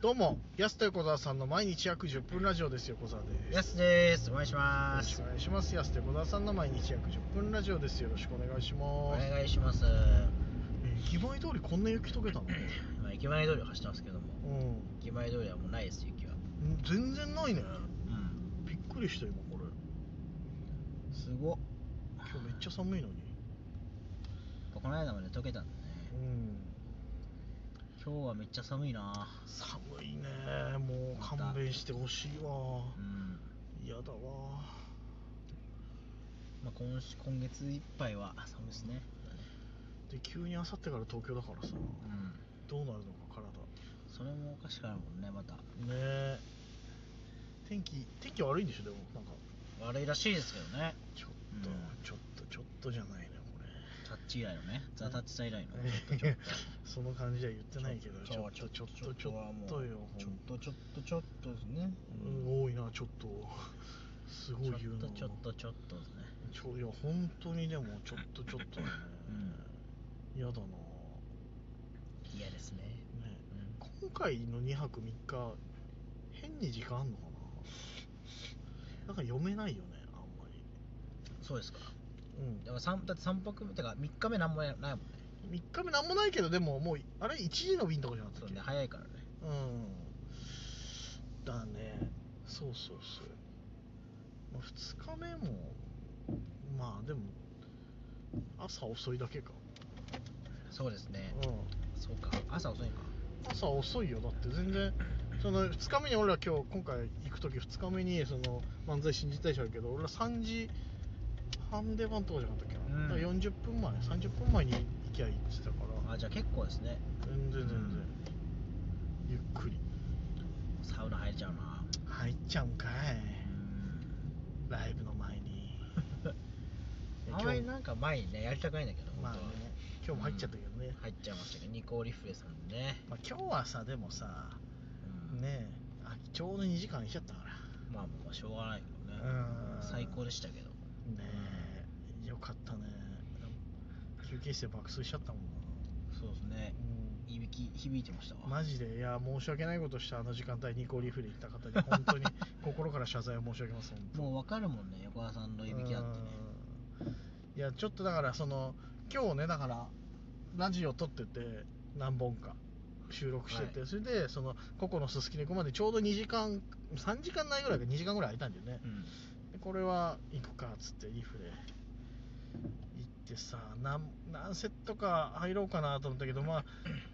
どうも、安と横澤さんの毎日約10分ラジオです。横澤です。やすです。お願いしよまろしすくお。願いします。安と横澤さんの毎日約10分ラジオです。よろしくお願いしおます。願いします。えー駅前通りこんな雪解けたのまあ、駅前通りを走ってますけどうも、ん。駅前通りはもうないです、雪は。全然ないね。うん。びっくりした今これ。すごっ。今日めっちゃ寒いのに。この間まで溶けたんだうね。ん。今日はめっちゃ寒いな。寒いね。もう勘弁してほしいわう。ん。嫌だわ。まあ、今週、今月いっぱいは寒いですね。で、急に明後日から東京だからさ。うん。どうなるのか体。それもおかしくなるもんね、また。ねえ。天気、天気悪いんでしょでも、なんか。悪いらしいですけどね。ちょっと、うんちょっと、ちょっとじゃないね、これ。タッチ以来のね。ザ・タッチさん以来の。その 感じは言ってないけど、ちょっと、ちょっと、ちょはもっうとよ。ちょっと、ちょっと、ちょっとですね。うん、多いな、ちょっと。すごい言うな。ちょっと、ちょっと、ちょっとですね。ちょいや、本当にでも、ちょっと、ちょっとだね。嫌、だな。ね、嫌ですね。今回の2泊3日、変に時間あんのかななんか読めないよね、あんまり。そうですか。うんだ。から三だって三泊目てか三日目なんもやないもんね。 3日目なんもないけど、でも、もう、あれ、1時の便とかじゃなかそったうっねけ早いからね。うんだねそうそうそう、まあ、2日目もまあでも朝遅いだけか、そうですね。うそうか。朝遅いのか。ん、朝遅いよだって全然その2日目に俺ら今日今回行く時2日目にその漫才新時代社だけど俺ら3時半出番とかじゃなかったっけな、うんだから40分前30分前に行きゃいいって言ってたからあじゃあ結構ですね。全然全然、うんゆっくりサウナ入れちゃうな。入っちゃうんかい、うん。ライブの前に いやあんまり 今日なんか前にねやりたくないんだけど。まあね本当は今日も入っちゃったけどねうん入っちゃいましたけどニコーリフレさんね。まあ、今日はさでもさうん。ねえあちょうど2時間いっちゃったからまあもうしょうがないけどねうん。最高でしたけど。ねえよかったね休憩室で爆睡しちゃったもんなそうですね。うんいびき響いてましたわ。マジでいや申し訳ないことしたあの時間帯ニコリーフで行った方に本 当に心から謝罪を申し上げます本当もうわかるもんね横田さんのいびきだってね。うんいやちょっとだからその今日ねだからラジオ撮ってて何本か収録してて、はいそれでそのここのすすき猫までちょうど2時間3時間ないぐらいか2時間ぐらい空いたんだよねう、ん。でこれは行くかっつってリフで行ってさ何何セットか入ろうかなと思ったけど まあ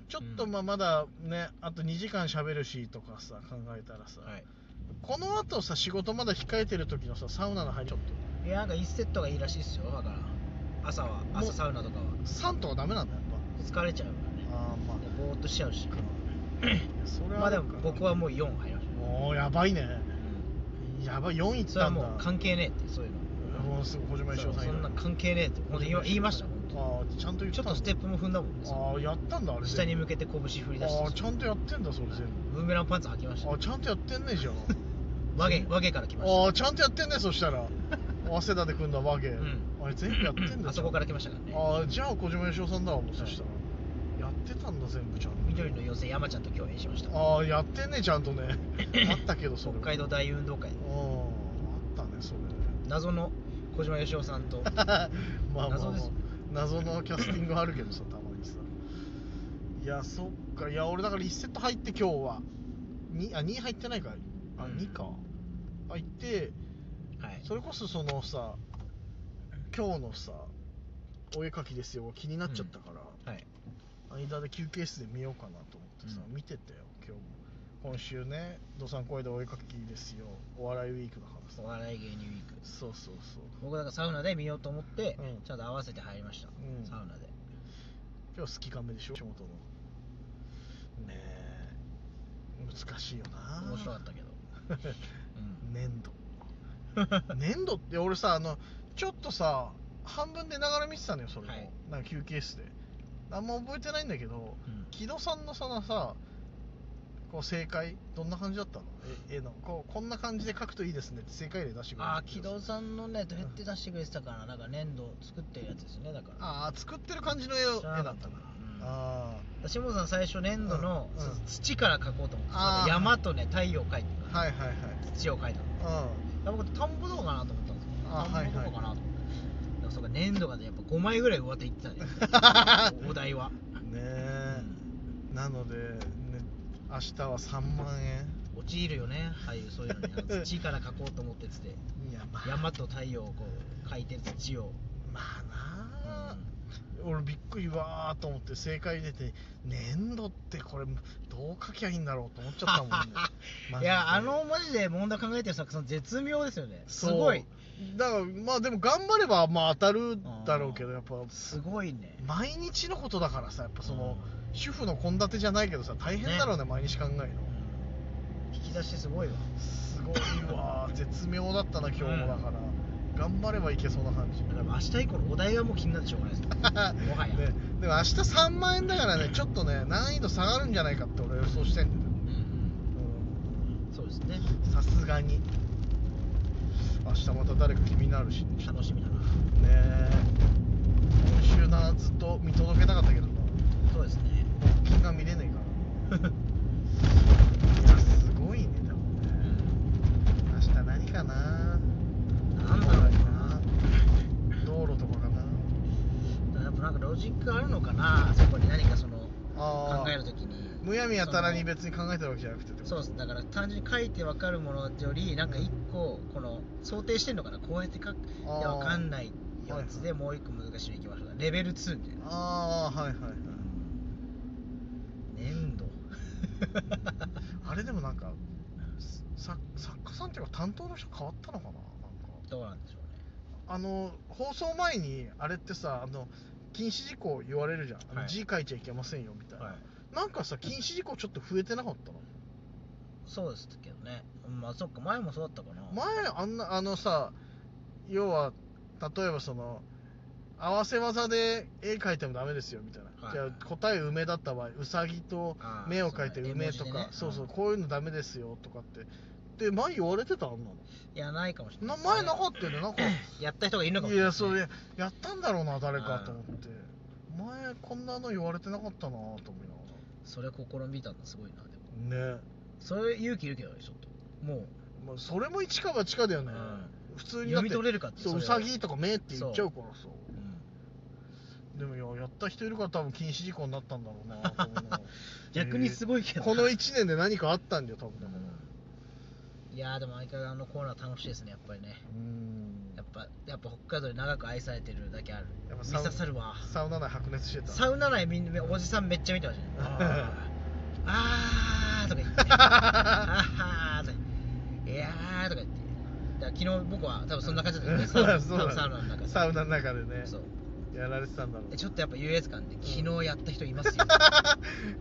ちょっとうんまあまだねあと2時間喋るしとかさ考えたらさ、はい。この後さ仕事まだ控えてる時のさサウナの入りちょっといやなんか1セットがいいらしいっすよだから朝はもう朝サウナとかは3とかダメなんだやっ疲れちゃうからねぱああまでぼーっとしちゃうしあそれはまあるでかも僕はもう4入りましもうやばいねた、うんやばい4いっそたれはんだもう関係ねえってそういうのもうすぐ小島よしおそさんうそんな関係ねえって本当に言わ言いましたもあんあちゃんと言っちたょんだっとステップも踏んだもんああやったんだあれ下に向けけて拳振り出してああちゃんとやってんだそれ全ブーメランパンツ履きまし部あたあちゃんとやってんねえ じゃん和芸和芸から来ましああちゃんとやってんねそした ら早稲田で組んだ和芸、うんあれ全部やってんだたあそこから来ましたからねああじゃあ小島よしおさんだわもうそしたら、やってたんだ全部ちゃんと緑の妖精山ちゃんと共演しましたああやってんねちゃんと ねあったけどそ北れ海道大運動会うんあったねそれ 謎の小島よしおさんとまあまあ、ま謎であす、謎のキャスティングあるけどさたまにさいやそっかいや俺だから1セット入って今日はにあ2入ってないかあ、うん2か入ってはいそれこそそのさ今日のさお絵描きですよ気になっちゃったから、はい間で休憩室で見ようかなと思ってさ、うん見てたよ今日も今週ね「どさん声でお絵描きですよお笑いウィーク」だからさお笑い芸人ウィークそうそうそう僕だからサウナで見ようと思って、うんちゃんと合わせて入りました、うんサウナで今日好きかめでしょ仕事のねえ難しいよな面白かった けど、うん粘土 粘土って俺さあのちょっとさ半分でながら見てたのよそれも、はいなんか休憩室で何も覚えてないんだけど、うん木戸さんのそのさこう正解どんな感じだったのえ絵のこうこんな感じで書くといいですねって正解例出してくれるああ木戸さんのねどうやって出してくれてたかななんか粘土作ってるやつですねだからああ作ってる感じの絵を知ら絵なだかっったたかかららうんあ下野さん最初粘土のうんうん土から描こうと思ってあー山とね太陽を描いてあはいはいはい土を描いたのうやっぱ田んぼとかかなと思ったんですよあ田んぼとかかなと思って、だからそうか粘土がねやっぱ5枚ぐらい上手いっ てたねお題はんねえなので、ね、明日は3万円陥るよねああいうそういうのにあ の土から描こうと思ってつっていやまあ山と太陽をこう描いてる土を、まうあなあん、俺びっくりわーと思って正解出て粘土ってこれどう書きゃいいんだろうと思っちゃった もんねマジいでやあのマジで問題考えてる作戦絶妙ですよねすそうごいだからまあでも頑張ればまあ当たるだろうけどやっぱすごいね毎日のことだからさやっぱそのう主婦の献立じゃないけどさ大変だろうね毎日考えるのん引き出しすごいわすごい わー絶妙だったな今日もだから、頑張ればいけそうな感じだから明日以降のお題がもう気になってしょうがないです もはや、ね、でも明日3万円だからねちょっとね難易度下がるんじゃないかって俺予想してんだようんううんそうですねんさすがに明日また誰か気になるしね楽しみだなえ今週なずっと見届けたかったけどなそうですね気が見れねえからいやすごいねでもね明日何かななんだろうな道路とかかなやっぱなんかロジックあるのかなそこに何かそのあー考えるときにむやみやたらに別に考えてるわけじゃなくてってことそうですだから単純に書いて分かるものよりなんか一個この想定してんのかなこうやって書くいあーや分かんないやつでもう一個難しいのいきましょうかレベル2みたいなああはいはいはい粘土 あれでもなんかさ作家さんっていうか担当の人変わったのかななんかどうなんでしょうねあの放送前にあれってさあの禁止事項言われるじゃん、あのはい字書いちゃいけませんよみたいな、はいなんかさ禁止事項ちょっと増えてなかったのそうですけどねまあそっか前もそうだったかな前あんなあのさ要は例えばその合わせ技で絵描いてもダメですよみたいな、はいじゃあ答え梅だった場合うさぎとあー目を描いてそうね梅とかそう,、絵文字でねそううんこういうのダメですよとかってで前言われてたあんなのいやないかもしれなないですね前なかったよねなんか やった人がいるのかもいしれないやですねそうややったんだろうな誰かと思って前こんなの言われてなかったなと思いそれ試みたんだすごいなでもながらねそれ勇気いるけどねちょっともうまあ、それも一か八かだよね、う普通にだっ読てみ取れるかってそううそれさをぎとか目って言っちゃうからそううんでもよやった人いるから多分禁止事項になったんだろう なこの逆にすごいけどなこの1年で何かあったんだよ多分だからいやーでも相変わらずあのコーナー楽しいですねやっぱりねうんやっぱやっぱ北海道で長く愛されてるだけあるやっぱ見サウささるわサウナ内白熱してたサウナ内みんなおじさんめっちゃ見てました ねあーあーとか言ってあーとか言っていやーとか言ってだから昨日僕は 多分そんな感じだったよね サそうウナだそうだサウナの中でサウナの中でねそうやられてたんだろうでちょっとやっぱ優越感で昨日やった人います よ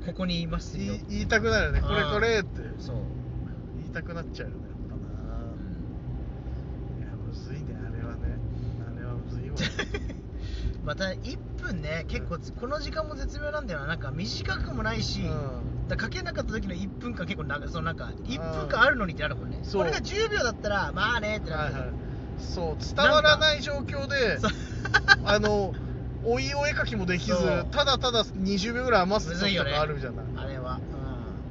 ここにいますよ言い言いたくなるよねこれあーこれってそう、言いたくなっちゃうよねやっぱうなんいやむずいねあれはねあれはむず いわまた1分ね結構この時間も絶妙なんだよななんか短くも ないし、うんだからかけなかった時の1分間結構長いそのなんか1分間あるのにってなるもんねそうこれが10秒だったらまあねってなはるいけど、はいそう伝わらない状況でそう あのおいお絵描きもできずそうただただ20秒ぐらい余すむずい時よとねかあるじゃないあれは、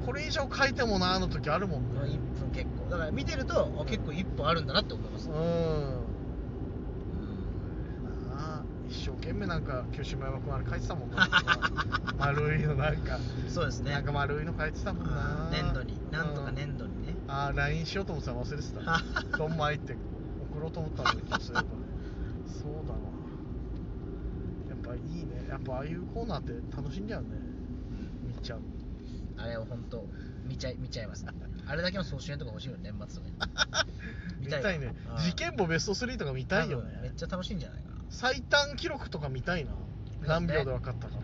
うこれ以上書いてもなあの時あるもんん、このね1分結構だから見てるとあ結構1分あるんだなって思います、ううんんああ一生懸命なんか九州前山君あれ書いてたもん な丸いのなんかそうですねなんか丸いの書いてたもんな粘土になんとか粘土にねうんああ LINE しようと思ってたの忘れて たどんまいって送ろうと思ったんだけどそういえばそうだわやっぱいいねやっぱああいうコーナーって楽しいんだよね見ちゃうあれを本当見ちゃい見ちゃいますあれだけの総集編とか欲しいよね年末とかに見たいねうん事件簿ベスト3とか 見たいよ多分めっねちゃ楽しいんじゃないかな最短記録とか見たいな見たい何ね秒で分かったかとか、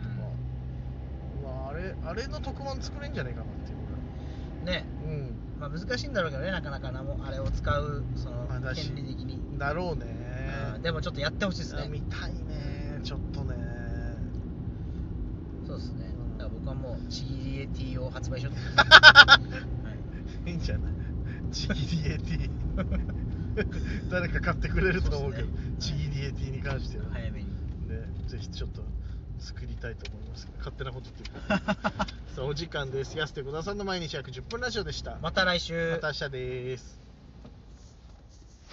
うわあれあれの特番作れんじゃないかなっていうね俺うんまあ難しいんだろうけどねなかなかなもあれを使うそのまあだし権利的に、だろうねうんでもちょっとやってほしいですあ見ねたいねちょっとねそうですねうんだから僕はもうちぎり絵 T を発売しようと思 いいんじゃ ないちぎり AT 誰か買ってくれると思うけどそうっすね ちぎり AT に関しては、って早めにね、ぜひちょっと作りたいと思いますけど勝手なこと言ってる さあお時間です安手小田さんの毎日約10分ラジオでしたまた来週また明日です